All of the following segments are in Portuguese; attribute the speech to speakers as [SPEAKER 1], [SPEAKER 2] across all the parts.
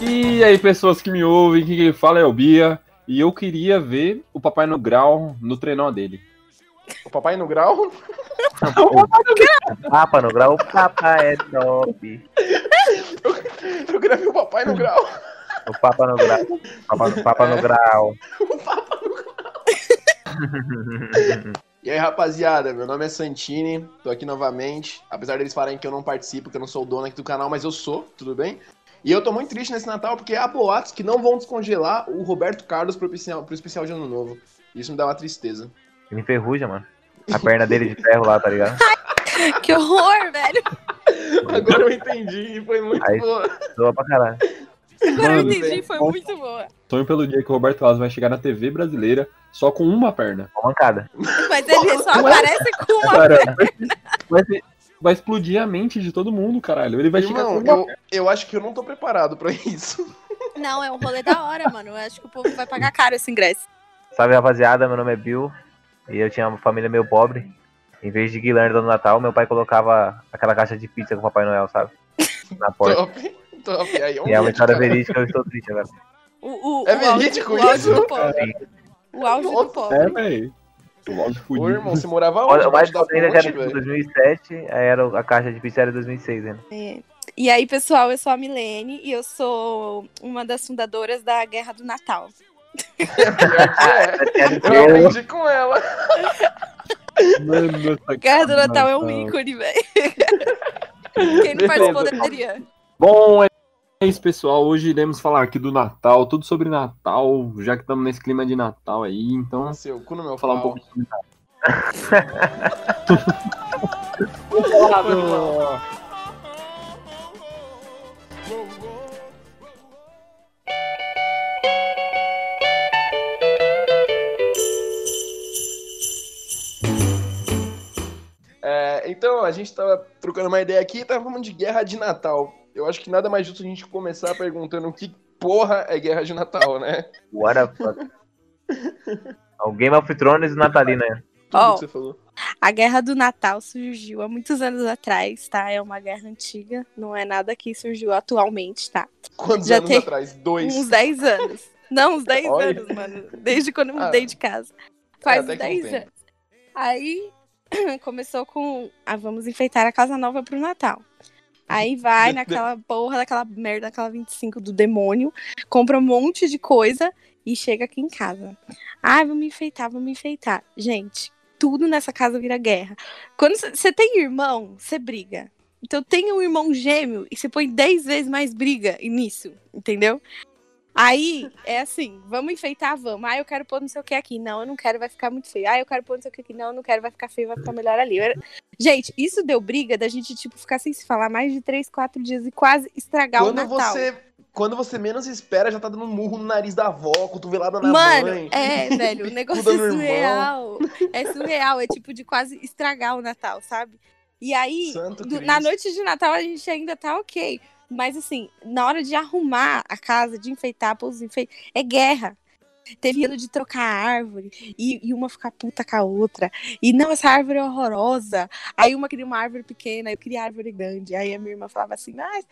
[SPEAKER 1] E aí, pessoas que me ouvem, quem fala é o Bia. E eu queria ver o Papai no Grau no trenó dele.
[SPEAKER 2] O papai no grau?
[SPEAKER 3] Papa no grau, papa é top.
[SPEAKER 2] Eu gravei o papai no grau.
[SPEAKER 3] O papa no grau. Papa no, papa no grau.
[SPEAKER 2] E aí, rapaziada, meu nome é Santini, tô aqui novamente. Apesar deles falarem que eu não participo, que eu não sou o dono aqui do canal, mas eu sou, tudo bem? E eu tô muito triste nesse Natal porque há boatos que não vão descongelar o Roberto Carlos pro especial, pro especial de Ano Novo. Isso me dá uma tristeza.
[SPEAKER 3] Me enferruja, mano. A perna dele de ferro lá, tá ligado?
[SPEAKER 4] Que horror, velho.
[SPEAKER 2] Agora eu entendi, foi muito
[SPEAKER 3] Aí-
[SPEAKER 2] boa.
[SPEAKER 3] Doa pra caralho.
[SPEAKER 4] Agora eu
[SPEAKER 1] Mano,
[SPEAKER 4] entendi, foi
[SPEAKER 2] um
[SPEAKER 1] bom.
[SPEAKER 4] muito boa.
[SPEAKER 1] Sonho pelo dia que o Roberto Carlos vai chegar na TV brasileira só com uma perna.
[SPEAKER 3] Uma mancada.
[SPEAKER 4] Mas ele só
[SPEAKER 2] é?
[SPEAKER 4] aparece com uma.
[SPEAKER 1] Cara, vai, vai- vai explodir a mente de todo mundo, caralho. Ele vai chegar com
[SPEAKER 2] Irmão,
[SPEAKER 1] uma
[SPEAKER 2] eu, eu acho que eu não tô preparado pra isso.
[SPEAKER 4] Não, é um rolê da hora, mano. Eu acho que o povo vai pagar caro esse ingresso.
[SPEAKER 3] Salve, rapaziada. Meu nome é Bill. E eu tinha uma família meio pobre. Em vez de guirlanda no Natal, meu pai colocava aquela caixa de pizza com o Papai Noel, sabe? Na porta.
[SPEAKER 2] Top, top. Aí, um
[SPEAKER 3] E é uma
[SPEAKER 2] hit,
[SPEAKER 3] história
[SPEAKER 2] cara.
[SPEAKER 3] verídica, eu estou triste agora.
[SPEAKER 4] O, o,
[SPEAKER 2] É
[SPEAKER 4] o auge,
[SPEAKER 2] verídico
[SPEAKER 4] o auge
[SPEAKER 2] isso?
[SPEAKER 4] do povo.
[SPEAKER 3] Sim.
[SPEAKER 4] O auge do
[SPEAKER 2] Nossa,
[SPEAKER 4] povo.
[SPEAKER 1] É, velho. Lógico,
[SPEAKER 2] Ô,
[SPEAKER 1] fudido.
[SPEAKER 2] irmão, você morava onde?
[SPEAKER 3] Olha, o mais
[SPEAKER 2] Debaixo da
[SPEAKER 3] podre ainda era
[SPEAKER 2] ponte,
[SPEAKER 3] tipo
[SPEAKER 2] velho?
[SPEAKER 3] 2007, aí era o- a caixa de pizza era 2006 ainda.
[SPEAKER 4] É. E aí, pessoal, eu sou a Milene e eu sou uma das fundadoras da Guerra do Natal.
[SPEAKER 2] Pior que
[SPEAKER 3] Era
[SPEAKER 2] é. Eu aprendi com ela.
[SPEAKER 1] Mano, essa
[SPEAKER 4] Guerra do
[SPEAKER 1] cara,
[SPEAKER 4] Natal é um
[SPEAKER 1] Natal.
[SPEAKER 4] ícone, velho. Quem não participou
[SPEAKER 2] Beleza.
[SPEAKER 4] deveria.
[SPEAKER 1] Bom, é isso, pessoal. Hoje iremos falar aqui do Natal, tudo sobre Natal, já que estamos nesse clima de Natal aí. Então, vamos
[SPEAKER 2] Seu cu no meu
[SPEAKER 1] falar um
[SPEAKER 2] pau.
[SPEAKER 1] pouco sobre Natal.
[SPEAKER 2] É, então, a gente tava trocando uma ideia aqui e tava falando de guerra de Natal. Eu acho que nada mais justo a gente começar perguntando o que porra é guerra de Natal, né?
[SPEAKER 3] What the fuck? É o Game of Thrones natalino, né?
[SPEAKER 2] Tudo
[SPEAKER 4] Ó.
[SPEAKER 2] que você falou.
[SPEAKER 4] A Guerra do Natal surgiu há muitos anos atrás, tá? É uma guerra antiga, não é nada que surgiu atualmente, tá?
[SPEAKER 2] Quantos
[SPEAKER 4] Já
[SPEAKER 2] anos
[SPEAKER 4] tem
[SPEAKER 2] atrás? Dois.
[SPEAKER 4] Uns 10 anos. Não, uns 10
[SPEAKER 2] Olha.
[SPEAKER 4] anos, mano. Desde quando eu
[SPEAKER 2] Ah. É,
[SPEAKER 4] mudei de casa. Faz
[SPEAKER 2] até
[SPEAKER 4] uns
[SPEAKER 2] que não
[SPEAKER 4] 10
[SPEAKER 2] tem.
[SPEAKER 4] anos. Aí começou com. Ah, vamos enfeitar a casa nova pro Natal. Aí vai naquela porra daquela merda, daquela 25 do demônio, compra um monte de coisa e chega aqui em casa. Ah, vamos enfeitar, vamos enfeitar. Gente, tudo nessa casa vira guerra. Quando você tem irmão, você briga. Então tem um irmão gêmeo e você põe 10 vezes mais briga nisso, entendeu? Aí é assim, vamos enfeitar, vamos. Ah, eu quero pôr não sei o que aqui. Não, eu não quero, vai ficar muito feio. Ah, eu quero pôr não sei o que aqui. Não, eu não quero, vai ficar feio, vai ficar melhor ali. Eu era- Gente, isso deu briga da gente, tipo, ficar sem se falar mais de 3, 4 dias e quase estragar
[SPEAKER 2] Quando
[SPEAKER 4] o Natal.
[SPEAKER 2] você, quando você menos espera, já tá dando um murro no nariz da avó, cotovelada na
[SPEAKER 4] Mano,
[SPEAKER 2] mãe.
[SPEAKER 4] é, velho, o negócio é
[SPEAKER 2] no irmão.
[SPEAKER 4] surreal. É surreal, é tipo de quase estragar o Natal, sabe? E aí,
[SPEAKER 2] Santo
[SPEAKER 4] do-
[SPEAKER 2] Cristo.
[SPEAKER 4] na noite de Natal a gente ainda tá ok. Mas assim, na hora de arrumar a casa, de enfeitar, pôr os enfeites, é guerra. Teve medo de trocar a árvore e, e uma ficar puta com a outra. E não, essa árvore é horrorosa. Aí uma queria uma árvore pequena, eu queria árvore grande. Aí a minha irmã falava assim, mas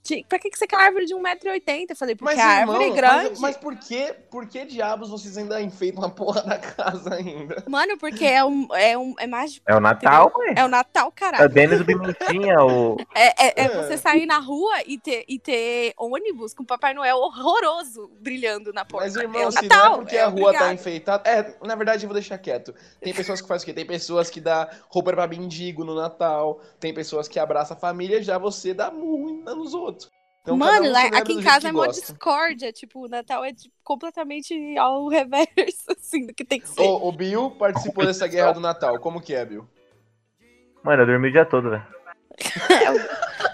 [SPEAKER 4] ti- pra que, que você quer uma árvore de 1,80m? Eu falei, porque
[SPEAKER 2] Mas,
[SPEAKER 4] a
[SPEAKER 2] irmão,
[SPEAKER 4] árvore é grande.
[SPEAKER 2] mas, mas por que, por que diabos vocês ainda enfeitam a porra da casa ainda?
[SPEAKER 4] Mano, porque é um. É, um, é mágico.
[SPEAKER 3] É o Natal, mãe.
[SPEAKER 4] É o Natal,
[SPEAKER 3] É o
[SPEAKER 4] caralho.
[SPEAKER 3] Denis do Pimentinha, o.
[SPEAKER 4] É, é- é
[SPEAKER 2] É.
[SPEAKER 4] você sair na rua e ter, e ter ônibus com Papai Noel horroroso brilhando na porta.
[SPEAKER 2] Mas, irmão,
[SPEAKER 4] é o
[SPEAKER 2] se
[SPEAKER 4] Natal,
[SPEAKER 2] não é porque a rua tá
[SPEAKER 4] obrigado.
[SPEAKER 2] enfeitada. É, na verdade, eu vou deixar quieto. Tem pessoas que fazem o quê? Tem pessoas que dá roupa pra mendigo no Natal. Tem pessoas que abraçam a família, já você dá murro em- nos outros. Então, cada
[SPEAKER 4] Mano,
[SPEAKER 2] um
[SPEAKER 4] lá-
[SPEAKER 2] celebra
[SPEAKER 4] aqui
[SPEAKER 2] do
[SPEAKER 4] em
[SPEAKER 2] jeito
[SPEAKER 4] casa
[SPEAKER 2] que
[SPEAKER 4] é mó
[SPEAKER 2] gosta.
[SPEAKER 4] discórdia. Tipo, o Natal é tipo, completamente ao reverso, assim, do que tem que ser.
[SPEAKER 2] Ô, o Bill participou dessa guerra do Natal. Como que é, Bill?
[SPEAKER 3] Mano, eu dormi o dia todo, velho.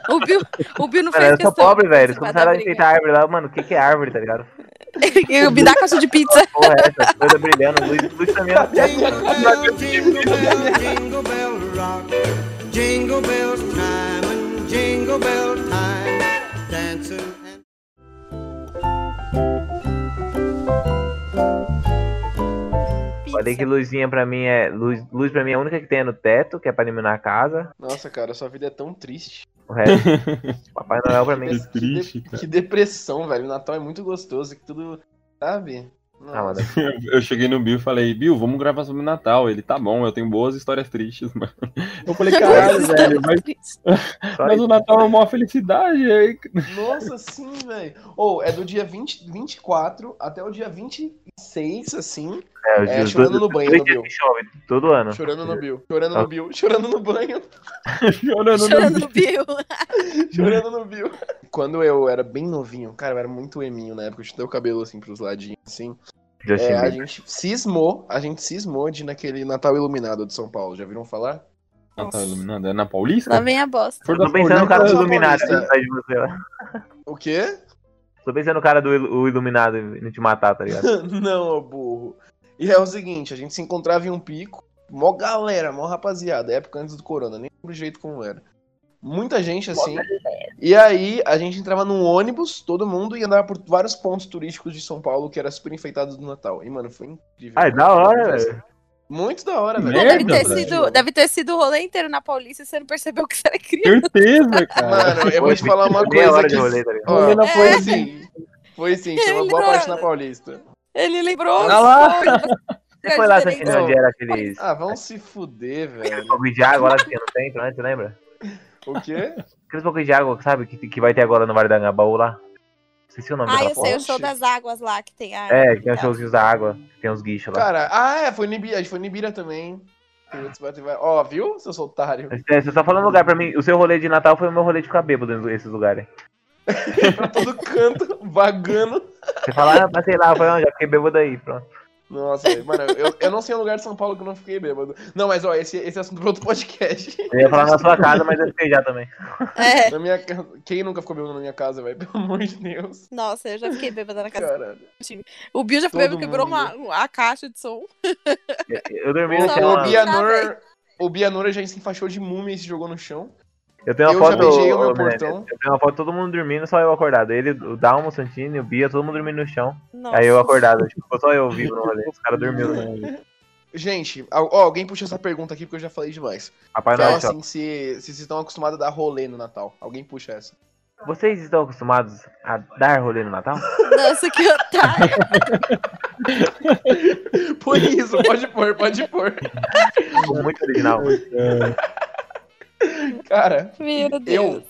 [SPEAKER 4] O, Bill, o Bill não
[SPEAKER 3] Mano,
[SPEAKER 4] fez
[SPEAKER 3] eu
[SPEAKER 4] questão.
[SPEAKER 3] sou pobre,
[SPEAKER 4] de
[SPEAKER 3] velho. Eles
[SPEAKER 4] participar
[SPEAKER 3] começaram a
[SPEAKER 4] da briga.
[SPEAKER 3] enfeitar a árvore lá, mano. O que, que é árvore, tá ligado?
[SPEAKER 4] Eu me dá caixa de pizza.
[SPEAKER 3] Porra, é essa coisa brilhando, luz, luz é na minha
[SPEAKER 5] Jingle bell, jingle bell rock. Jingle bell time and jingle bell time. Dancing and
[SPEAKER 3] Falei que luzinha pra mim é. Luz, luz pra mim é a única que tem é no teto, que é pra iluminar a casa.
[SPEAKER 2] Nossa, cara, sua vida é tão triste.
[SPEAKER 3] O resto. Papai Noel pra mim.
[SPEAKER 1] Que É triste, cara.
[SPEAKER 2] Que depressão, velho. O Natal é muito gostoso, que tudo. Sabe?
[SPEAKER 3] Ah, mano.
[SPEAKER 1] Eu cheguei no Bill e falei, Bill, vamos gravar sobre Natal. Ele, tá bom, eu tenho boas histórias tristes, mano. Eu falei, caralho,
[SPEAKER 2] né?
[SPEAKER 1] velho, mas, mas o Natal é uma maior felicidade. aí-
[SPEAKER 2] Nossa, sim, velho. Ou é do dia 20, 24 até o dia 26, assim.
[SPEAKER 3] É,
[SPEAKER 2] É,
[SPEAKER 3] os
[SPEAKER 2] chorando
[SPEAKER 3] dois-
[SPEAKER 2] no banheiro,
[SPEAKER 3] dois
[SPEAKER 2] no
[SPEAKER 3] dias
[SPEAKER 2] Bill.
[SPEAKER 3] que chove, todo ano.
[SPEAKER 2] Chorando no Bill. Chorando no Bill. Chorando no banho.
[SPEAKER 1] Chorando.
[SPEAKER 4] Chorando no Bill.
[SPEAKER 2] Chorando no Bill. Quando eu era bem novinho, cara, eu era muito eminho na época. Eu chutei o cabelo assim pros ladinhos, assim.
[SPEAKER 3] Justin
[SPEAKER 2] É, a
[SPEAKER 3] Bieber.
[SPEAKER 2] gente cismou, a gente cismou de ir naquele Natal Iluminado de São Paulo. Já viram falar?
[SPEAKER 1] Natal
[SPEAKER 4] Nossa. Tá
[SPEAKER 1] iluminado, é na
[SPEAKER 4] Lá
[SPEAKER 1] Paulista?
[SPEAKER 4] vem a bosta.
[SPEAKER 1] For
[SPEAKER 3] Tô
[SPEAKER 1] da
[SPEAKER 3] pensando no
[SPEAKER 1] Paulista, é
[SPEAKER 3] cara do
[SPEAKER 2] São
[SPEAKER 3] Iluminado
[SPEAKER 2] Paulista.
[SPEAKER 3] atrás de você lá.
[SPEAKER 2] O quê?
[SPEAKER 3] Tô pensando no cara do il- o Iluminado não te matar, tá ligado?
[SPEAKER 2] Não, ô burro. E é o seguinte, a gente se encontrava em um pico, mó galera, mó rapaziada, época antes do corona, nem lembro jeito como era. Muita gente assim. E aí a gente entrava num ônibus, todo mundo, e andava por vários pontos turísticos de São Paulo que era super enfeitado do Natal. E, mano, foi incrível.
[SPEAKER 3] Ah, é da hora, velho. Tipo,
[SPEAKER 2] Muito da hora, velho.
[SPEAKER 1] Merda,
[SPEAKER 4] Então deve, ter
[SPEAKER 1] velho.
[SPEAKER 4] sido, deve ter sido o rolê inteiro na Paulista e você não percebeu que você era criança.
[SPEAKER 1] Certeza, cara.
[SPEAKER 2] Mano, eu vou te falar uma
[SPEAKER 3] é, tipo, Meia
[SPEAKER 2] coisa
[SPEAKER 3] hora de
[SPEAKER 2] que.
[SPEAKER 3] rolê, tá ligado?
[SPEAKER 2] Ó,
[SPEAKER 1] Menina,
[SPEAKER 2] foi
[SPEAKER 1] foi
[SPEAKER 2] assim. Foi sim, foi uma boa parte na Paulista.
[SPEAKER 4] Ele lembrou.
[SPEAKER 1] Ah lá.
[SPEAKER 3] Você foi lá, Santinho,
[SPEAKER 2] Não.
[SPEAKER 3] onde era aqueles
[SPEAKER 2] Ah, vão se fuder, velho.
[SPEAKER 3] bagulho de água lá que tinha no centro, né? Tu lembra?
[SPEAKER 2] O quê?
[SPEAKER 3] Aqueles bagulho de água, sabe? Que, que vai ter agora no Vale da Angabaú lá. Esqueci o nome
[SPEAKER 4] Ah,
[SPEAKER 3] daquela
[SPEAKER 4] eu sei o
[SPEAKER 2] Poxa.
[SPEAKER 4] show das águas lá que tem água.
[SPEAKER 3] É, que tem os showzinhos da água, que tem uns guichos lá.
[SPEAKER 2] Cara, ah, é, foi Nibira, foi Nibira também. Tem outros vai- vai- Ó, viu, seus otários?
[SPEAKER 3] É, Você tá falando lugar pra mim. O seu rolê de Natal foi o meu rolê de ficar bêbado nesses lugares.
[SPEAKER 2] pra todo canto, vagando.
[SPEAKER 3] Você fala, ah, passei lá, eu falei, não, já fiquei bêbado aí, pronto.
[SPEAKER 2] Nossa, velho, mano, eu, eu não sei um lugar de São Paulo que eu não fiquei bêbado. Não, mas ó, esse, esse é assunto pra outro podcast.
[SPEAKER 3] Eu ia falar na sua casa, mas eu fiquei já também.
[SPEAKER 4] É.
[SPEAKER 2] Na minha casa. Quem nunca ficou bêbado na minha casa, velho? Pelo amor de Deus.
[SPEAKER 4] Nossa, eu já fiquei bêbada na casa.
[SPEAKER 2] Caralho.
[SPEAKER 4] O Bill já foi
[SPEAKER 2] Todo
[SPEAKER 4] bêbado, quebrou uma, a caixa de som.
[SPEAKER 3] Eu dormi no
[SPEAKER 4] Nossa,
[SPEAKER 3] chão.
[SPEAKER 2] O,
[SPEAKER 3] lá.
[SPEAKER 2] o
[SPEAKER 4] Bia-
[SPEAKER 2] Bianor. O Bianor já se enfaixou de múmia e se jogou no chão.
[SPEAKER 3] Eu tenho uma
[SPEAKER 2] eu já
[SPEAKER 3] foto.
[SPEAKER 2] beijei o meu
[SPEAKER 3] ô, Milene,
[SPEAKER 2] portão.
[SPEAKER 3] Eu tenho uma foto de todo mundo dormindo, só eu acordado. Ele, o Dalmo, o Santini, o Bia, todo mundo dormindo no chão.
[SPEAKER 4] Nossa.
[SPEAKER 3] Aí eu acordado. Tipo, ficou só eu vivo no rolê. Os caras dormiram. Né?
[SPEAKER 2] Gente, al- ó, alguém puxou essa pergunta aqui porque eu já falei demais.
[SPEAKER 3] Papai
[SPEAKER 2] Então,
[SPEAKER 3] Noel, ó.
[SPEAKER 2] assim, se, se vocês estão acostumados a dar rolê no Natal. Alguém puxa essa.
[SPEAKER 3] vocês estão acostumados a dar rolê no Natal?
[SPEAKER 4] Nossa, que otário.
[SPEAKER 2] Põe isso, pode pôr, pode pôr.
[SPEAKER 3] Ficou Tipo, Muito original.
[SPEAKER 2] Cara,
[SPEAKER 4] Meu Deus.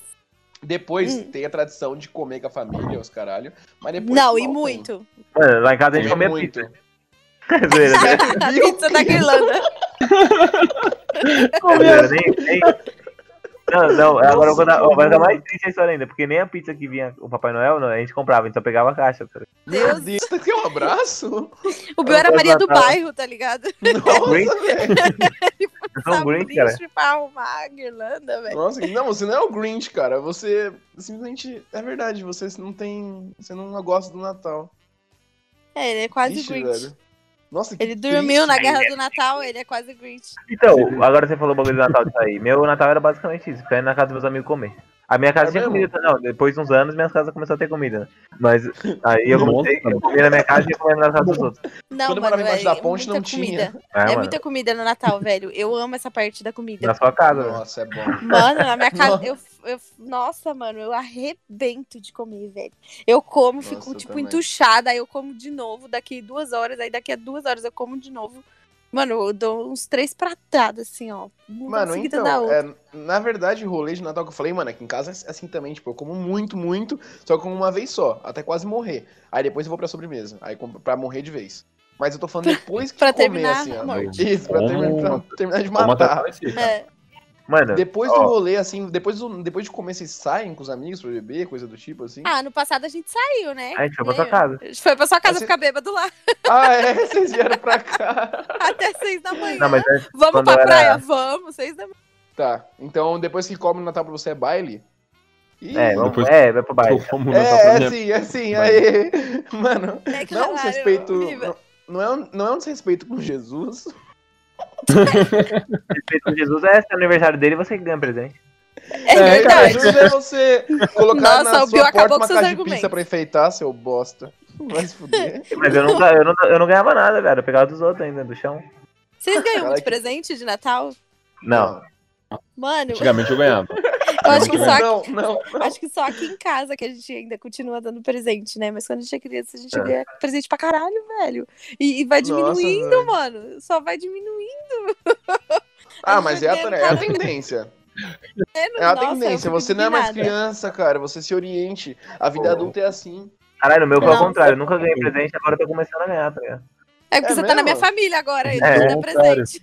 [SPEAKER 2] depois
[SPEAKER 4] Hum.
[SPEAKER 2] tem a tradição de comer com a família, os caralho. Mas depois.
[SPEAKER 4] Não,
[SPEAKER 2] volta,
[SPEAKER 4] e muito.
[SPEAKER 3] Mano, lá em casa a
[SPEAKER 2] hein?
[SPEAKER 3] gente
[SPEAKER 2] Comer É
[SPEAKER 3] comia
[SPEAKER 2] muito.
[SPEAKER 3] pizza. Zoeira, né?
[SPEAKER 4] A pizza da Irlanda.
[SPEAKER 3] Zoeira, nem, nem... Não, não, agora eu vou dar,
[SPEAKER 2] que
[SPEAKER 3] ó, vai dar
[SPEAKER 2] horror.
[SPEAKER 3] mais triste a história ainda, porque nem a pizza que vinha o Papai Noel, não, a gente comprava, a gente só pegava a caixa. tá ligado?
[SPEAKER 2] Meu
[SPEAKER 4] Deus.
[SPEAKER 2] Deus, você quer um abraço?
[SPEAKER 4] O Bill era
[SPEAKER 3] Eu
[SPEAKER 4] Maria do
[SPEAKER 3] gostava.
[SPEAKER 4] bairro, tá ligado?
[SPEAKER 2] Nossa,
[SPEAKER 3] Grinch?
[SPEAKER 2] velho.
[SPEAKER 3] Eu sou um
[SPEAKER 4] Sabe,
[SPEAKER 3] Grinch, cara.
[SPEAKER 4] bicho pra arrumar a guirlanda, velho.
[SPEAKER 2] Nossa, não, você não é o Grinch, cara. Você simplesmente. É verdade, você não tem. Você não gosta do Natal.
[SPEAKER 4] É, ele é quase
[SPEAKER 2] Ixi,
[SPEAKER 4] Grinch.
[SPEAKER 2] velho. Nossa, que
[SPEAKER 4] Ele dormiu na
[SPEAKER 2] triste.
[SPEAKER 4] Guerra do Natal, ele é quase Grinch.
[SPEAKER 3] Então, agora você falou o bagulho do Natal disso aí. Meu Natal era basicamente isso, ficar indo na casa dos meus amigos comer. A minha casa
[SPEAKER 2] É
[SPEAKER 3] tinha
[SPEAKER 2] mesmo?
[SPEAKER 3] comida, não, depois de uns anos minhas casas começaram a ter comida. né? Mas aí eu
[SPEAKER 1] Nossa,
[SPEAKER 3] comecei,
[SPEAKER 1] mano.
[SPEAKER 3] eu comia na minha casa e ia comer na casa dos outros.
[SPEAKER 4] Não,
[SPEAKER 2] Quando eu
[SPEAKER 4] mano,
[SPEAKER 2] morava embaixo
[SPEAKER 4] velho,
[SPEAKER 2] da ponte,
[SPEAKER 4] muita
[SPEAKER 2] não tinha.
[SPEAKER 4] comida.
[SPEAKER 3] É,
[SPEAKER 4] É,
[SPEAKER 3] mano,
[SPEAKER 4] muita comida no Natal, velho. Eu amo essa parte da comida.
[SPEAKER 3] na sua casa, velho.
[SPEAKER 2] Nossa, é bom.
[SPEAKER 4] Mano, na minha casa,
[SPEAKER 2] Nossa.
[SPEAKER 4] eu, eu- Nossa, mano, eu arrebento de comer, velho. Eu como,
[SPEAKER 2] Nossa,
[SPEAKER 4] fico,
[SPEAKER 2] eu
[SPEAKER 4] tipo,
[SPEAKER 2] também.
[SPEAKER 4] entuchada, aí eu como de novo daqui duas horas, aí daqui a duas horas eu como de novo. Mano, eu dou uns três pratadas, assim, ó. Uma
[SPEAKER 2] Mano,
[SPEAKER 4] seguida da
[SPEAKER 2] então,
[SPEAKER 4] outra.
[SPEAKER 2] é, na verdade, o rolê de Natal que eu falei, mano, aqui em casa é assim também, tipo, eu como muito, muito, só que eu como uma vez só, até quase morrer. Aí depois eu vou pra sobremesa, aí como pra morrer de vez. Mas eu tô falando depois que
[SPEAKER 4] Pra
[SPEAKER 2] comer,
[SPEAKER 4] terminar né?
[SPEAKER 2] assim,
[SPEAKER 4] a
[SPEAKER 2] ó.
[SPEAKER 4] morte.
[SPEAKER 2] Isso, pra, terminar, pra terminar de
[SPEAKER 1] Como até né?
[SPEAKER 2] matar.
[SPEAKER 1] parecia, cara.
[SPEAKER 4] É,
[SPEAKER 3] Mano,
[SPEAKER 2] Depois do
[SPEAKER 3] ó,
[SPEAKER 2] rolê, assim, depois, do- depois de comer, vocês saem com os amigos pra beber, coisa do tipo, assim.
[SPEAKER 4] Ah, no passado a gente saiu, né?
[SPEAKER 3] a gente foi pra sua
[SPEAKER 4] Lembra?
[SPEAKER 3] casa.
[SPEAKER 4] A gente foi pra sua casa
[SPEAKER 2] Você-
[SPEAKER 4] ficar bêbado lá
[SPEAKER 2] Ah, é, vocês vieram pra cá.
[SPEAKER 4] até seis da manhã.
[SPEAKER 3] Não, mas antes,
[SPEAKER 4] Vamos
[SPEAKER 3] quando
[SPEAKER 4] pra
[SPEAKER 3] eu era-
[SPEAKER 4] praia? Vamos, seis da manhã.
[SPEAKER 2] Tá, então depois que come o Natal pra você é baile? Ih,
[SPEAKER 3] é, vamos,
[SPEAKER 1] Depois-
[SPEAKER 3] é, vai pro
[SPEAKER 1] Eu
[SPEAKER 3] baile.
[SPEAKER 1] como Natal pra
[SPEAKER 2] é,
[SPEAKER 1] minha-
[SPEAKER 4] assim.
[SPEAKER 2] é sim, é sim, aí, mano...
[SPEAKER 4] É,
[SPEAKER 2] Não é um
[SPEAKER 4] caralho,
[SPEAKER 2] desrespeito.
[SPEAKER 4] horrível.
[SPEAKER 2] Não, não é um, não é um desrespeito com Jesus.
[SPEAKER 3] Respeito com Jesus é esse aniversário dele você que ganha presente.
[SPEAKER 4] É,
[SPEAKER 1] É,
[SPEAKER 2] Cara,
[SPEAKER 4] verdade.
[SPEAKER 2] Jesus é você colocar
[SPEAKER 4] Nossa,
[SPEAKER 2] na
[SPEAKER 4] o
[SPEAKER 2] sua
[SPEAKER 4] Bill
[SPEAKER 2] porta
[SPEAKER 4] acabou com
[SPEAKER 2] uma
[SPEAKER 4] seus
[SPEAKER 2] caixa de
[SPEAKER 4] argumentos.
[SPEAKER 2] pizza pra enfeitar, seu bosta. Vai se fuder.
[SPEAKER 3] Mas eu não, eu não, eu não ganhava nada, velho. Eu pegava dos outros ainda, do chão.
[SPEAKER 4] Vocês ganham
[SPEAKER 2] Caralho,
[SPEAKER 4] muito
[SPEAKER 2] que-
[SPEAKER 4] presente de Natal?
[SPEAKER 3] Não.
[SPEAKER 4] Mano,
[SPEAKER 1] Antigamente eu ganhava.
[SPEAKER 4] Eu acho
[SPEAKER 2] né?
[SPEAKER 4] que só aqui,
[SPEAKER 2] Não, não.
[SPEAKER 4] acho que só aqui em casa que a gente ainda continua dando presente, né? Mas quando a gente é criança, a gente ganha presente pra caralho, velho. E, e vai
[SPEAKER 2] Nossa,
[SPEAKER 4] diminuindo,
[SPEAKER 2] velho.
[SPEAKER 4] mano. Só vai diminuindo.
[SPEAKER 2] Ah, mas é a, é a tendência. É a tendência. Você não é mais criança, cara. Você se oriente. A vida
[SPEAKER 3] Oh.
[SPEAKER 2] adulta é assim.
[SPEAKER 3] Caralho, o meu foi ao
[SPEAKER 4] Não.
[SPEAKER 3] contrário. Eu nunca ganhei presente, agora eu tô começando a ganhar, tá ligado?
[SPEAKER 4] É porque
[SPEAKER 2] É
[SPEAKER 4] você tá na minha
[SPEAKER 2] mesmo?
[SPEAKER 4] família agora, ele
[SPEAKER 3] É,
[SPEAKER 4] é, dá
[SPEAKER 1] sério.
[SPEAKER 4] presente.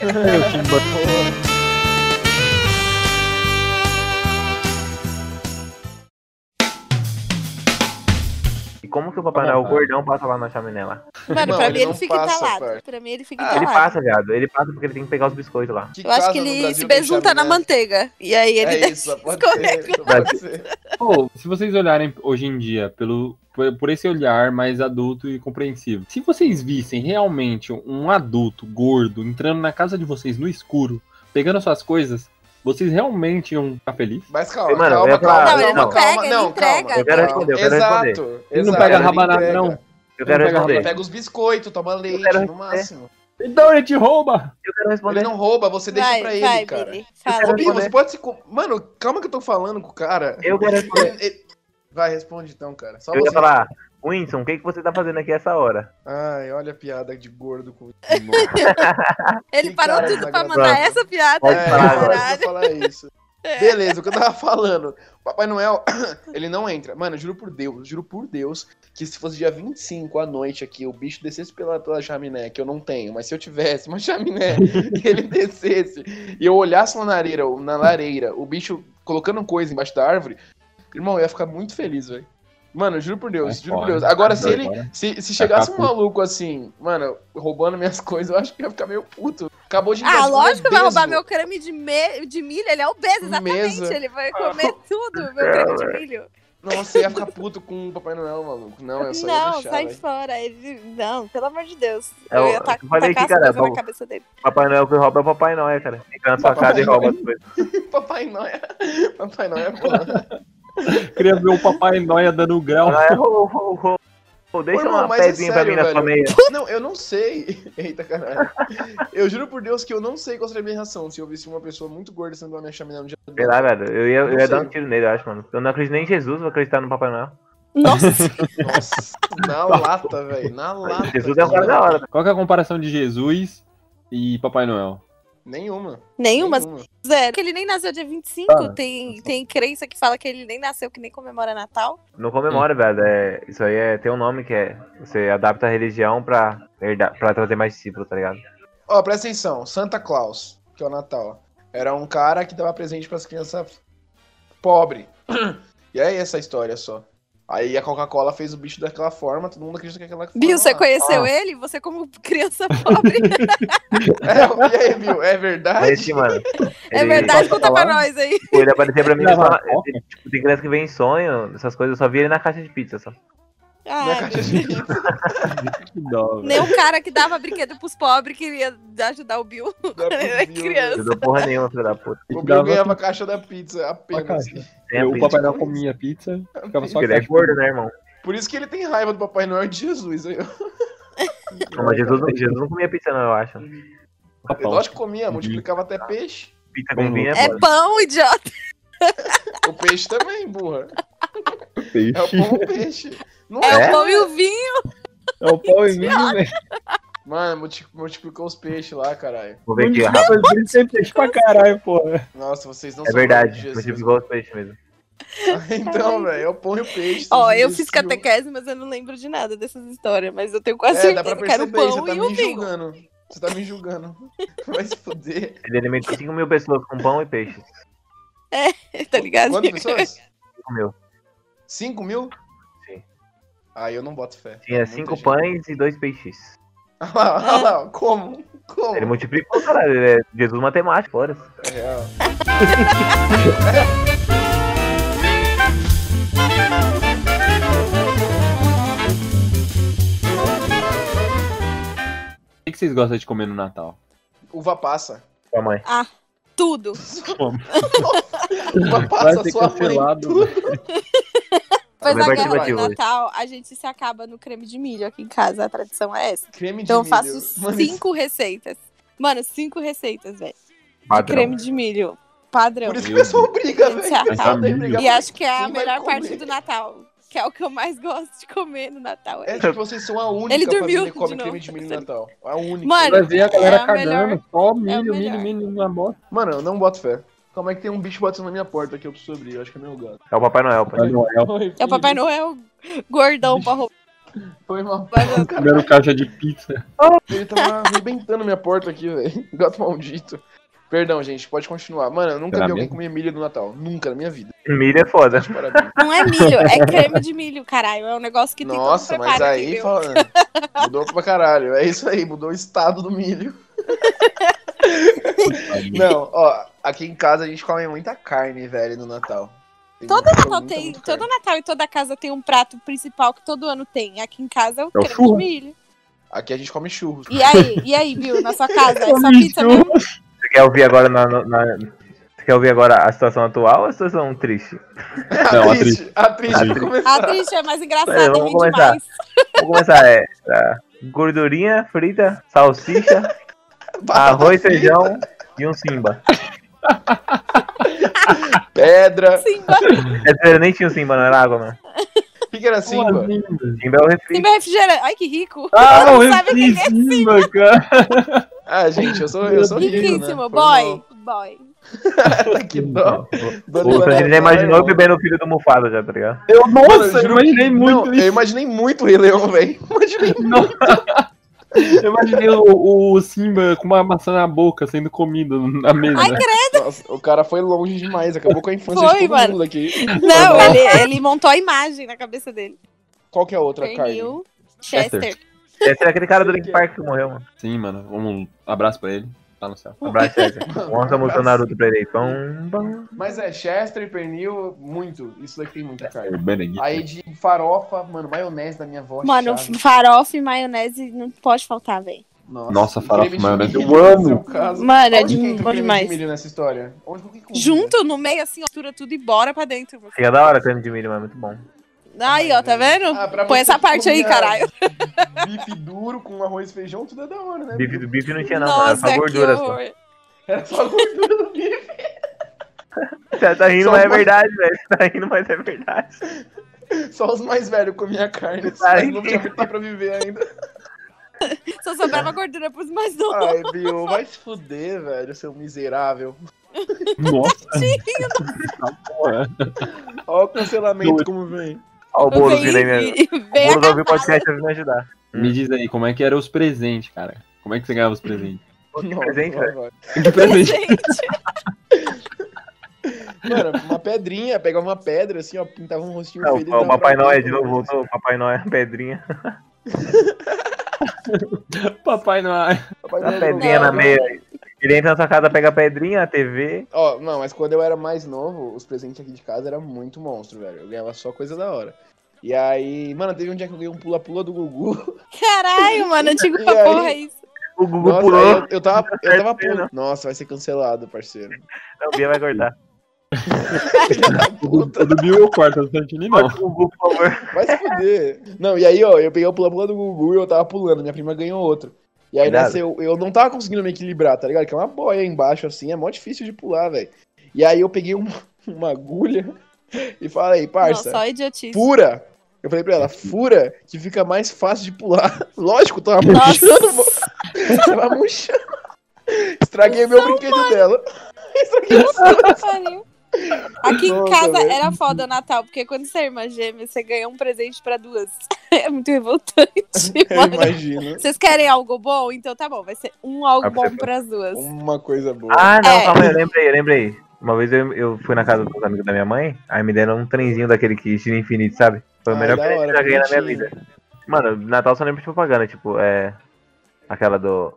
[SPEAKER 1] Eu
[SPEAKER 4] um
[SPEAKER 1] te embora.
[SPEAKER 3] E como que o Papai Noel, o gordão, passa lá na chaminé lá?
[SPEAKER 4] Mano,
[SPEAKER 2] Não,
[SPEAKER 4] pra
[SPEAKER 2] ele
[SPEAKER 4] mim ele
[SPEAKER 2] não
[SPEAKER 4] fica
[SPEAKER 2] passa,
[SPEAKER 4] entalado.
[SPEAKER 2] parça.
[SPEAKER 4] Pra mim ele fica
[SPEAKER 2] Ah,
[SPEAKER 4] entalado.
[SPEAKER 3] Ele passa, viado. Ele passa porque ele tem que pegar os biscoitos lá.
[SPEAKER 2] Que
[SPEAKER 4] Eu acho
[SPEAKER 2] casa
[SPEAKER 4] que
[SPEAKER 2] no
[SPEAKER 4] ele
[SPEAKER 2] Brasil
[SPEAKER 4] se
[SPEAKER 2] tem
[SPEAKER 4] besunta na
[SPEAKER 2] chaminé?
[SPEAKER 4] manteiga. E aí ele
[SPEAKER 2] É isso, pode ser,
[SPEAKER 4] escorrega.
[SPEAKER 2] pode ser.
[SPEAKER 1] Pô, se vocês olharem hoje em dia pelo, por, por esse olhar mais adulto e compreensivo, se vocês vissem realmente um adulto gordo entrando na casa de vocês no escuro, pegando suas coisas, vocês realmente iam ficar felizes?
[SPEAKER 2] Mas calma,
[SPEAKER 3] Ei, mano,
[SPEAKER 2] calma,
[SPEAKER 3] eu ia falar-
[SPEAKER 2] calma,
[SPEAKER 3] Não, ele
[SPEAKER 2] calma, calma.
[SPEAKER 3] não
[SPEAKER 4] pega, ele entrega.
[SPEAKER 3] Eu quero responder, eu quero
[SPEAKER 2] exato,
[SPEAKER 1] Ele não
[SPEAKER 2] exato.
[SPEAKER 1] pega
[SPEAKER 2] Ele
[SPEAKER 1] rabanada,
[SPEAKER 2] entrega.
[SPEAKER 1] não.
[SPEAKER 3] Eu quero
[SPEAKER 1] Não pega
[SPEAKER 2] Ele
[SPEAKER 1] nada.
[SPEAKER 3] responder.
[SPEAKER 2] pega os biscoitos, toma leite,
[SPEAKER 3] quero
[SPEAKER 2] no máximo.
[SPEAKER 1] Então ele te rouba!
[SPEAKER 3] Eu quero
[SPEAKER 2] Ele
[SPEAKER 3] responder.
[SPEAKER 2] não rouba, você deixa
[SPEAKER 4] Vai,
[SPEAKER 2] pra ele,
[SPEAKER 4] vai,
[SPEAKER 2] cara.
[SPEAKER 4] Billy.
[SPEAKER 2] Ô,
[SPEAKER 4] Fala.
[SPEAKER 2] Bi, você pode se. cu- Mano, calma que eu tô falando com o cara.
[SPEAKER 3] Eu quero responder.
[SPEAKER 2] Ele- ele- Vai, responde então, cara. Só
[SPEAKER 3] Eu
[SPEAKER 2] você.
[SPEAKER 3] ia falar, Winston, o que, que você tá fazendo aqui essa hora?
[SPEAKER 2] Ai, olha a piada de gordo com.
[SPEAKER 4] Ele
[SPEAKER 2] Que
[SPEAKER 4] parou
[SPEAKER 2] cara
[SPEAKER 4] tudo pra
[SPEAKER 2] desagradável.
[SPEAKER 4] mandar essa piada.
[SPEAKER 3] Pode
[SPEAKER 2] É,
[SPEAKER 3] falar
[SPEAKER 2] eu
[SPEAKER 3] agora.
[SPEAKER 2] ia falar isso.
[SPEAKER 4] É.
[SPEAKER 2] Beleza, o que eu tava falando. Papai Noel, ele não entra. Mano, juro por Deus, juro por Deus, que se fosse dia 25 à noite aqui, o bicho descesse pela, pela chaminé, que eu não tenho, mas se eu tivesse uma chaminé e ele descesse e eu olhasse na lareira, na lareira, o bicho colocando coisa embaixo da árvore, irmão, eu ia ficar muito feliz, velho. Mano, juro por Deus,
[SPEAKER 1] É
[SPEAKER 2] juro por
[SPEAKER 1] foda.
[SPEAKER 2] Deus. Agora, se
[SPEAKER 1] É
[SPEAKER 2] ele.
[SPEAKER 1] foda.
[SPEAKER 2] Se, se chegasse um
[SPEAKER 1] Tá puto.
[SPEAKER 2] maluco assim, mano, roubando minhas coisas, eu acho que ia ficar meio puto. Acabou de
[SPEAKER 4] Ah,
[SPEAKER 2] engravidar,
[SPEAKER 4] lógico que vai
[SPEAKER 2] é obeso.
[SPEAKER 4] roubar meu creme de, me- de milho. Ele é obeso, exatamente.
[SPEAKER 2] Mesa.
[SPEAKER 4] Ele vai comer tudo, meu creme de milho.
[SPEAKER 2] Nossa, eu ia ficar puto com o Papai Noel, maluco. Não, eu só é ia
[SPEAKER 4] não,
[SPEAKER 2] deixar, né?
[SPEAKER 4] sai
[SPEAKER 2] velho.
[SPEAKER 4] fora. Ele... Não, pelo amor de Deus.
[SPEAKER 3] É,
[SPEAKER 4] eu
[SPEAKER 3] eu
[SPEAKER 4] ia ta-
[SPEAKER 3] falei aqui,
[SPEAKER 4] tacar as
[SPEAKER 3] cara,
[SPEAKER 4] coisas na
[SPEAKER 3] vamos-
[SPEAKER 4] cabeça dele.
[SPEAKER 3] Papai Noel que rouba é o Papai Noel, cara. Fica na sua
[SPEAKER 2] Papai
[SPEAKER 3] casa e
[SPEAKER 2] Noel.
[SPEAKER 3] rouba as coisas.
[SPEAKER 2] Papai Noel. Papai Noel é bom.
[SPEAKER 1] Queria ver o Papai Noia dando um grau.
[SPEAKER 3] Não é ho, ho, ho. Pô, Deixa
[SPEAKER 2] Ô, irmão,
[SPEAKER 3] uma
[SPEAKER 2] mas é
[SPEAKER 3] pezinha pra mim na
[SPEAKER 2] sério,
[SPEAKER 3] sua
[SPEAKER 2] velho.
[SPEAKER 3] meia.
[SPEAKER 2] Não, eu não sei. Eita, caralho. Eu juro por Deus que eu não sei qual seria a minha reação se eu visse uma pessoa muito gorda sendo uma minha chaminé no dia do
[SPEAKER 3] Sei lá, velho. Eu ia, eu
[SPEAKER 2] Não
[SPEAKER 3] ia
[SPEAKER 2] sei.
[SPEAKER 3] dar um tiro nele, eu acho, mano. Eu não acredito nem em Jesus, vou acreditar no Papai Noel.
[SPEAKER 4] Nossa,
[SPEAKER 2] Nossa, na lata, velho. Na lata.
[SPEAKER 3] Jesus é o cara
[SPEAKER 2] velho.
[SPEAKER 3] da hora. né?
[SPEAKER 1] Qual que é a comparação de Jesus e Papai Noel?
[SPEAKER 2] Nenhuma.
[SPEAKER 4] nenhuma.
[SPEAKER 2] nenhuma.
[SPEAKER 4] Zero. Que ele nem nasceu dia 25.
[SPEAKER 1] Ah.
[SPEAKER 4] tem, tem crença que fala que ele nem nasceu, que nem comemora Natal.
[SPEAKER 3] Não comemora, velho. É, isso aí é, tem um nome que é. Você adapta a religião pra, herda- pra trazer mais discípulo, tá ligado?
[SPEAKER 2] Ó, presta atenção. Santa Claus, que é o Natal. Era um cara que dava presente pras crianças pobre. E é essa a história só. Aí a Coca-Cola fez o bicho daquela forma, todo mundo acredita que aquela forma.
[SPEAKER 4] Bill, você
[SPEAKER 2] lá.
[SPEAKER 4] conheceu ele? Você como criança pobre.
[SPEAKER 2] É, e aí, Bill, é
[SPEAKER 3] Mas
[SPEAKER 2] verdade?
[SPEAKER 3] assim, mano.
[SPEAKER 4] é
[SPEAKER 3] ele-
[SPEAKER 4] verdade, conta pra
[SPEAKER 1] falar?
[SPEAKER 4] nós aí.
[SPEAKER 3] Tipo, ele aparecia pra mim
[SPEAKER 1] Não,
[SPEAKER 3] só,
[SPEAKER 1] não, não.
[SPEAKER 3] ele- tipo, tem criança que vem em sonho, essas coisas, eu só vi ele na caixa de pizza só.
[SPEAKER 2] Na
[SPEAKER 4] Ah,
[SPEAKER 2] caixa de
[SPEAKER 1] Que dó, velho.
[SPEAKER 4] nem um cara que dava brinquedo pros pobres queria ajudar o Bill.
[SPEAKER 2] Dá pro
[SPEAKER 4] É
[SPEAKER 2] Bill,
[SPEAKER 4] criança.
[SPEAKER 2] né?
[SPEAKER 3] Não deu porra nenhuma, filho da puta.
[SPEAKER 2] O Bill
[SPEAKER 1] Dava
[SPEAKER 2] ganhava a caixa da pizza
[SPEAKER 1] a
[SPEAKER 2] apenas.
[SPEAKER 1] caixa.
[SPEAKER 3] Tem a
[SPEAKER 1] o
[SPEAKER 3] pizza.
[SPEAKER 1] Papai Noel comia pizza, ficava só a
[SPEAKER 3] Ele é
[SPEAKER 1] caixa.
[SPEAKER 3] gordo, né, irmão?
[SPEAKER 2] Por isso que ele tem raiva do Papai Noel e de Jesus. aí, ó.
[SPEAKER 3] Não, mas Jesus, não- Jesus não comia pizza, não, eu acho.
[SPEAKER 2] Ele, lógico que comia, multiplicava até peixe.
[SPEAKER 3] Pizza
[SPEAKER 1] Uhum.
[SPEAKER 3] com vinho é
[SPEAKER 4] É
[SPEAKER 3] foda.
[SPEAKER 4] pão, idiota.
[SPEAKER 2] O peixe também, burra.
[SPEAKER 1] Peixe.
[SPEAKER 2] É o pão e o peixe. Não
[SPEAKER 4] É,
[SPEAKER 3] É?
[SPEAKER 4] o pão e o vinho.
[SPEAKER 1] É o pau em mim, velho.
[SPEAKER 2] Mano, multi- multiplicou os peixes lá, caralho.
[SPEAKER 3] Vou ver aqui, rapaz.
[SPEAKER 1] Mas ele sempre peixe pra caralho, porra.
[SPEAKER 2] Nossa, vocês não
[SPEAKER 3] É
[SPEAKER 2] são
[SPEAKER 3] verdade,
[SPEAKER 2] de Jesus.
[SPEAKER 3] multiplicou os peixes mesmo.
[SPEAKER 2] Então, velho, é o pão e o peixe.
[SPEAKER 4] Ó,
[SPEAKER 2] vocês
[SPEAKER 4] eu fiz
[SPEAKER 2] imbecil.
[SPEAKER 4] catequese, mas eu não lembro de nada dessas histórias. Mas eu tenho quase
[SPEAKER 2] É, dá
[SPEAKER 4] certeza
[SPEAKER 2] pra
[SPEAKER 4] que era o
[SPEAKER 2] perceber,
[SPEAKER 4] pão
[SPEAKER 2] você tá
[SPEAKER 4] e o
[SPEAKER 2] me
[SPEAKER 4] vinho.
[SPEAKER 2] julgando. Você tá me julgando. Vai se fuder.
[SPEAKER 3] Ele alimentou 5 mil pessoas com pão e peixe.
[SPEAKER 4] Tá ligado?
[SPEAKER 2] Quantas pessoas?
[SPEAKER 3] 5 mil.
[SPEAKER 2] 5 mil?
[SPEAKER 3] Sim.
[SPEAKER 2] Aí eu não boto fé.
[SPEAKER 3] Tinha
[SPEAKER 2] Muita
[SPEAKER 3] 5
[SPEAKER 2] gente.
[SPEAKER 3] pães e 2 peixes.
[SPEAKER 2] Olha lá, olha
[SPEAKER 4] Ah.
[SPEAKER 2] lá, como? Como?
[SPEAKER 3] Ele multiplicou, caralho. Ele é Jesus matemático, fora.
[SPEAKER 2] É real.
[SPEAKER 1] O que que vocês gostam de comer no Natal?
[SPEAKER 2] Uva passa.
[SPEAKER 3] Sua mãe.
[SPEAKER 4] Tudo.
[SPEAKER 2] Uva
[SPEAKER 1] Vai
[SPEAKER 2] passa
[SPEAKER 1] ser
[SPEAKER 2] sua mãe.
[SPEAKER 1] cancelado.
[SPEAKER 2] tudo.
[SPEAKER 1] velho.
[SPEAKER 4] Depois
[SPEAKER 3] Também vai
[SPEAKER 4] da guerra do
[SPEAKER 3] divertir hoje.
[SPEAKER 4] Natal, a gente se acaba no creme de milho aqui em casa. A tradição é essa.
[SPEAKER 2] Creme de
[SPEAKER 4] Então eu
[SPEAKER 2] milho.
[SPEAKER 4] faço
[SPEAKER 2] Mano,
[SPEAKER 4] cinco receitas. Mano, cinco receitas, velho. De
[SPEAKER 3] Padrão.
[SPEAKER 4] creme de milho. Padrão.
[SPEAKER 2] Por isso que o
[SPEAKER 1] Meu
[SPEAKER 2] pessoal briga,
[SPEAKER 4] Gente,
[SPEAKER 2] velho.
[SPEAKER 4] se
[SPEAKER 2] O pessoal tem
[SPEAKER 1] arrasta.
[SPEAKER 2] briga.
[SPEAKER 4] E acho que é a
[SPEAKER 2] Quem vai
[SPEAKER 4] melhor
[SPEAKER 2] comer?
[SPEAKER 4] parte do Natal. Que é o que eu mais gosto de comer no Natal.
[SPEAKER 2] É tipo, vocês são a única
[SPEAKER 4] Ele dormiu
[SPEAKER 2] família
[SPEAKER 4] de
[SPEAKER 2] que come
[SPEAKER 4] novo.
[SPEAKER 2] creme de milho no Natal. A única.
[SPEAKER 4] Mano,
[SPEAKER 1] Vai ver a galera
[SPEAKER 4] É a
[SPEAKER 1] cagando,
[SPEAKER 4] melhor-
[SPEAKER 1] só milho,
[SPEAKER 4] melhor.
[SPEAKER 1] milho, milho na bosta.
[SPEAKER 2] Mano, eu não boto fé. Como é que tem um bicho batendo na minha porta aqui? Eu preciso abrir, eu acho que é meu gato.
[SPEAKER 3] É o Papai Noel, pai.
[SPEAKER 1] Papai Noel,
[SPEAKER 4] é o Papai Noel gordão pra roubar.
[SPEAKER 2] Foi uma
[SPEAKER 1] primeiro caixa de pizza.
[SPEAKER 2] Ele tava arrebentando minha porta aqui, velho. Gato maldito. Perdão, gente, pode continuar. Mano, eu nunca
[SPEAKER 1] Será
[SPEAKER 2] vi alguém
[SPEAKER 1] mesmo?
[SPEAKER 2] comer milho no Natal. Nunca na minha vida.
[SPEAKER 3] Milho é foda.
[SPEAKER 2] De parabéns.
[SPEAKER 4] Não é milho, é creme de milho, caralho. É um negócio que tem todo
[SPEAKER 2] Nossa, mas
[SPEAKER 4] preparo,
[SPEAKER 2] aí
[SPEAKER 4] entendeu?
[SPEAKER 2] falando. Mudou pra caralho. É isso aí, mudou o estado do milho. Não, ó, aqui em casa a gente come muita carne, velho, no Natal. Tem
[SPEAKER 4] Todo
[SPEAKER 2] muita,
[SPEAKER 4] Natal
[SPEAKER 2] muita,
[SPEAKER 4] tem,
[SPEAKER 2] muita
[SPEAKER 4] todo
[SPEAKER 2] carne.
[SPEAKER 4] Natal e toda casa tem um prato principal que todo ano tem. Aqui em casa é o creme de
[SPEAKER 1] churro.
[SPEAKER 4] milho.
[SPEAKER 2] Aqui a gente come churros.
[SPEAKER 4] E aí, e aí, viu? Na sua casa, é só pizza mesmo?
[SPEAKER 3] Você quer ouvir agora na. na- Você quer ouvir agora a situação atual ou a situação triste?
[SPEAKER 1] Não,
[SPEAKER 2] É a
[SPEAKER 1] atriz.
[SPEAKER 2] triste, a triste vai
[SPEAKER 4] A
[SPEAKER 2] começar.
[SPEAKER 4] triste é mais engraçada,
[SPEAKER 3] Pera,
[SPEAKER 4] é,
[SPEAKER 3] vamos
[SPEAKER 4] ruim
[SPEAKER 3] começar.
[SPEAKER 4] demais.
[SPEAKER 3] Vamos começar, é. tá? Gordurinha frita, salsicha, arroz, feijão e um simba.
[SPEAKER 2] Pedra.
[SPEAKER 4] Simba,
[SPEAKER 3] É sério, nem tinha um simba, não era água, mano.
[SPEAKER 2] O que que era assim, mano?
[SPEAKER 3] Simba é o refri.
[SPEAKER 4] Simba é refrigerante. Ai, que rico.
[SPEAKER 1] Ah,
[SPEAKER 4] Não
[SPEAKER 1] não, eu
[SPEAKER 4] sabe é quem
[SPEAKER 1] fiz cima, cara.
[SPEAKER 2] Ah, gente, eu sou, eu sou rico, né? Foi
[SPEAKER 4] Riquíssimo, boy.
[SPEAKER 2] mal. Ah,
[SPEAKER 4] Boy.
[SPEAKER 2] que dó. Dona
[SPEAKER 3] é O Sandrine já
[SPEAKER 2] Leonor,
[SPEAKER 3] imaginou
[SPEAKER 2] irmão.
[SPEAKER 3] bebendo o filho do Mufasa já, tá ligado?
[SPEAKER 1] Eu,
[SPEAKER 2] Mano,
[SPEAKER 1] nossa, eu
[SPEAKER 2] juro
[SPEAKER 1] imaginei
[SPEAKER 2] que-
[SPEAKER 1] muito
[SPEAKER 2] não,
[SPEAKER 1] isso.
[SPEAKER 2] Eu imaginei muito o Rei Leão, velho. Imaginei.
[SPEAKER 1] Não. Eu imaginei o, o Simba com uma maçã na boca sendo comido na mesa. né?
[SPEAKER 4] Ai, credo.
[SPEAKER 2] Nossa, o cara foi longe demais. Acabou com a infância
[SPEAKER 4] Foi,
[SPEAKER 2] de todo
[SPEAKER 4] mano.
[SPEAKER 2] mundo aqui.
[SPEAKER 4] Não, ele, ele montou a imagem na cabeça dele.
[SPEAKER 2] Qual que é a outra carne?
[SPEAKER 4] Pernil, Chester.
[SPEAKER 3] Esse era aquele cara do Link Park que é. morreu, mano.
[SPEAKER 1] Sim, mano. Um abraço pra ele. Tá no céu.
[SPEAKER 3] Abraço, César. Vamos a música do Naruto pra ele aí. Pum, pum.
[SPEAKER 2] Mas é, Chester, pernil, muito. Isso daqui tem muita carne.
[SPEAKER 1] Benedict.
[SPEAKER 2] Aí de farofa, mano, maionese da minha avó. é
[SPEAKER 4] Mano,
[SPEAKER 2] chave.
[SPEAKER 4] farofa e maionese não pode faltar, velho.
[SPEAKER 1] Nossa, farofa,
[SPEAKER 2] creme de
[SPEAKER 1] maionese, eu
[SPEAKER 2] milho, no
[SPEAKER 1] amo.
[SPEAKER 2] seu caso.
[SPEAKER 4] Mano, é
[SPEAKER 2] Onde
[SPEAKER 4] de,
[SPEAKER 2] que entra o
[SPEAKER 4] bom
[SPEAKER 2] creme de
[SPEAKER 4] demais.
[SPEAKER 2] milho nessa história? Onde que encontra?
[SPEAKER 4] Junto, no meio, assim, ó, mistura tudo e bora pra dentro.
[SPEAKER 3] Fica da hora creme de milho, mano. Muito bom.
[SPEAKER 4] Aí, ó, tá vendo?
[SPEAKER 2] Ah, pra
[SPEAKER 4] Põe
[SPEAKER 2] você
[SPEAKER 4] essa
[SPEAKER 2] que
[SPEAKER 4] parte aí,
[SPEAKER 2] comia
[SPEAKER 4] caralho.
[SPEAKER 2] Bife duro com arroz e feijão, tudo é da hora, né?
[SPEAKER 3] Bife do bife não tinha não, mano. Era
[SPEAKER 4] Nossa,
[SPEAKER 3] só
[SPEAKER 4] que
[SPEAKER 3] gordura só.
[SPEAKER 4] horror.
[SPEAKER 2] Era só gordura do bife.
[SPEAKER 3] Você tá rindo,
[SPEAKER 2] Só
[SPEAKER 3] mas é
[SPEAKER 2] uma-
[SPEAKER 3] verdade, velho. Você tá rindo, mas é verdade.
[SPEAKER 2] Só os mais velhos comiam carne. Os
[SPEAKER 3] Ai,
[SPEAKER 2] mais não tinha muito tempo pra viver ainda.
[SPEAKER 4] Só sobrava gordura pros mais novos.
[SPEAKER 2] Ai, Bill, vai se fuder, velho, seu miserável.
[SPEAKER 1] Nossa. Porra.
[SPEAKER 2] Olha o cancelamento como vem.
[SPEAKER 3] Ó o bolo vindo aí, minha.
[SPEAKER 4] Vem
[SPEAKER 3] O bolo
[SPEAKER 4] a
[SPEAKER 3] ouvir o podcast tá vindo me ajudar.
[SPEAKER 2] Hum.
[SPEAKER 1] Me diz aí, como é que eram os presentes, cara? Como é que você ganhava os presentes?
[SPEAKER 3] presente,
[SPEAKER 2] vai,
[SPEAKER 3] velho.
[SPEAKER 2] vai.
[SPEAKER 1] Que presente?
[SPEAKER 4] gente.
[SPEAKER 2] Mano, uma pedrinha, pegava uma pedra assim, ó, pintava um rostinho
[SPEAKER 3] Não,
[SPEAKER 2] feliz.
[SPEAKER 3] o
[SPEAKER 2] dava
[SPEAKER 3] Papai
[SPEAKER 2] pra-
[SPEAKER 3] Noel de novo voltou. O Papai Noel, é pedrinha.
[SPEAKER 1] Papai Noel.
[SPEAKER 2] Papai
[SPEAKER 3] A
[SPEAKER 2] Noel
[SPEAKER 3] pedrinha
[SPEAKER 2] voltou.
[SPEAKER 3] na meia. Ele entra na sua casa, pega a pedrinha, a TV.
[SPEAKER 2] Ó, não, mas quando eu era mais novo, os presentes aqui de casa eram muito monstro, velho. Eu ganhava só coisa da hora. E aí, mano, teve um dia que eu ganhei um pula-pula do Gugu.
[SPEAKER 4] Caralho, mano, antigo
[SPEAKER 2] E
[SPEAKER 4] pra
[SPEAKER 2] aí?
[SPEAKER 4] porra isso.
[SPEAKER 3] O Gugu
[SPEAKER 2] Nossa, aí
[SPEAKER 3] pulou.
[SPEAKER 2] eu, eu tava, eu tava
[SPEAKER 3] certo,
[SPEAKER 2] pulo. Nossa, vai ser cancelado, parceiro.
[SPEAKER 3] Não, o Bia vai cortar.
[SPEAKER 1] O do Bill ou o quarto do Santini, não.
[SPEAKER 3] O Gugu, por favor.
[SPEAKER 2] Vai se fuder. Não, e aí, ó, eu peguei o pula-pula do Gugu e eu tava pulando, minha prima ganhou outro. E aí
[SPEAKER 3] Cuidado.
[SPEAKER 2] nessa eu, eu não tava conseguindo me equilibrar, tá ligado? Que é uma boia embaixo assim, é mó difícil de pular, velho. E aí eu peguei um- uma agulha e falei,
[SPEAKER 4] Não,
[SPEAKER 2] parça,
[SPEAKER 4] só idiotice.
[SPEAKER 2] fura. Eu falei pra ela, fura que fica mais fácil de pular. Lógico, tava murchando, mo-
[SPEAKER 4] Nossa,
[SPEAKER 2] tava murchando. Estraguei meu brinquedo dela. Estraguei o seu.
[SPEAKER 4] que pariu. Aqui em
[SPEAKER 2] Nossa,
[SPEAKER 4] casa
[SPEAKER 2] velho.
[SPEAKER 4] era foda o Natal, porque quando você é irmã gêmea, você ganha um presente pra duas. É muito revoltante,
[SPEAKER 3] É
[SPEAKER 2] Eu
[SPEAKER 4] mano.
[SPEAKER 2] imagino.
[SPEAKER 4] Vocês querem algo bom? Então tá bom, vai ser um algo
[SPEAKER 3] Ah, pra
[SPEAKER 4] bom
[SPEAKER 3] você- Um
[SPEAKER 4] pras duas.
[SPEAKER 2] Uma coisa boa.
[SPEAKER 3] Ah, não,
[SPEAKER 4] É.
[SPEAKER 3] calma aí, eu lembrei, eu lembrei. Uma vez eu, eu fui na casa dos amigos da minha mãe, aí me deram um trenzinho daquele que gira infinito, sabe? Foi o
[SPEAKER 2] Ai,
[SPEAKER 3] melhor
[SPEAKER 2] Ah, da
[SPEAKER 3] presente que
[SPEAKER 2] hora,
[SPEAKER 3] eu já ganhei na minha
[SPEAKER 2] bonitinho.
[SPEAKER 3] vida. Mano, Natal só lembro de propaganda, tipo, é. Aquela do.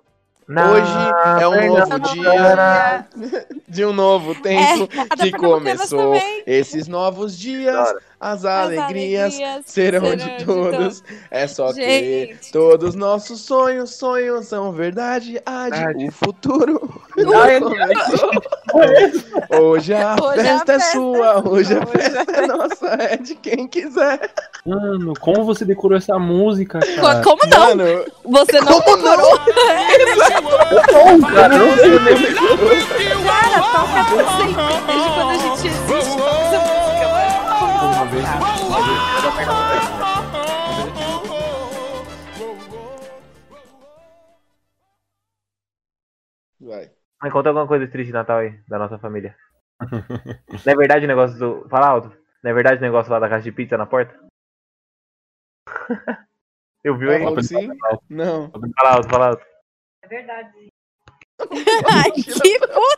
[SPEAKER 2] Hoje é um
[SPEAKER 3] Fernanda,
[SPEAKER 2] novo
[SPEAKER 3] Fernanda.
[SPEAKER 2] De um novo
[SPEAKER 4] É,
[SPEAKER 2] tempo
[SPEAKER 4] a da
[SPEAKER 2] que
[SPEAKER 4] Pernambucanas
[SPEAKER 2] começou.
[SPEAKER 4] também.
[SPEAKER 2] Esses novos dias,
[SPEAKER 3] Adoro.
[SPEAKER 2] as
[SPEAKER 4] As
[SPEAKER 2] alegrias serão, de todos. É só que
[SPEAKER 4] Gente,
[SPEAKER 2] todos nossos sonhos, sonhos são verdade. Ade,
[SPEAKER 3] Verdade.
[SPEAKER 2] o futuro.
[SPEAKER 1] Ai,
[SPEAKER 2] começou. Hoje a
[SPEAKER 4] Hoje
[SPEAKER 2] festa
[SPEAKER 4] a
[SPEAKER 2] é
[SPEAKER 4] festa é
[SPEAKER 2] sua, hoje a
[SPEAKER 4] sua, hoje a
[SPEAKER 2] festa é nossa, é de quem quiser.
[SPEAKER 1] Mano, como você decorou essa música, cara?
[SPEAKER 4] Como não?
[SPEAKER 2] Mano,
[SPEAKER 4] Você não assim, decorou?
[SPEAKER 1] Cara, eu não sei nem-
[SPEAKER 4] Cara, toca pra sempre. Desde quando a gente existe, toca essa música. mano.
[SPEAKER 1] Uma vez,
[SPEAKER 2] Vai.
[SPEAKER 3] Mas conta alguma coisa triste de Natal aí, da nossa família. Na verdade, o negócio do. Fala alto. Na verdade, o negócio lá da caixa de pizza na porta. Eu vi,
[SPEAKER 2] Ela
[SPEAKER 3] hein?
[SPEAKER 2] falou que sim? Não.
[SPEAKER 3] Fala alto, fala alto.
[SPEAKER 6] É verdade.
[SPEAKER 4] Ai, que coisa.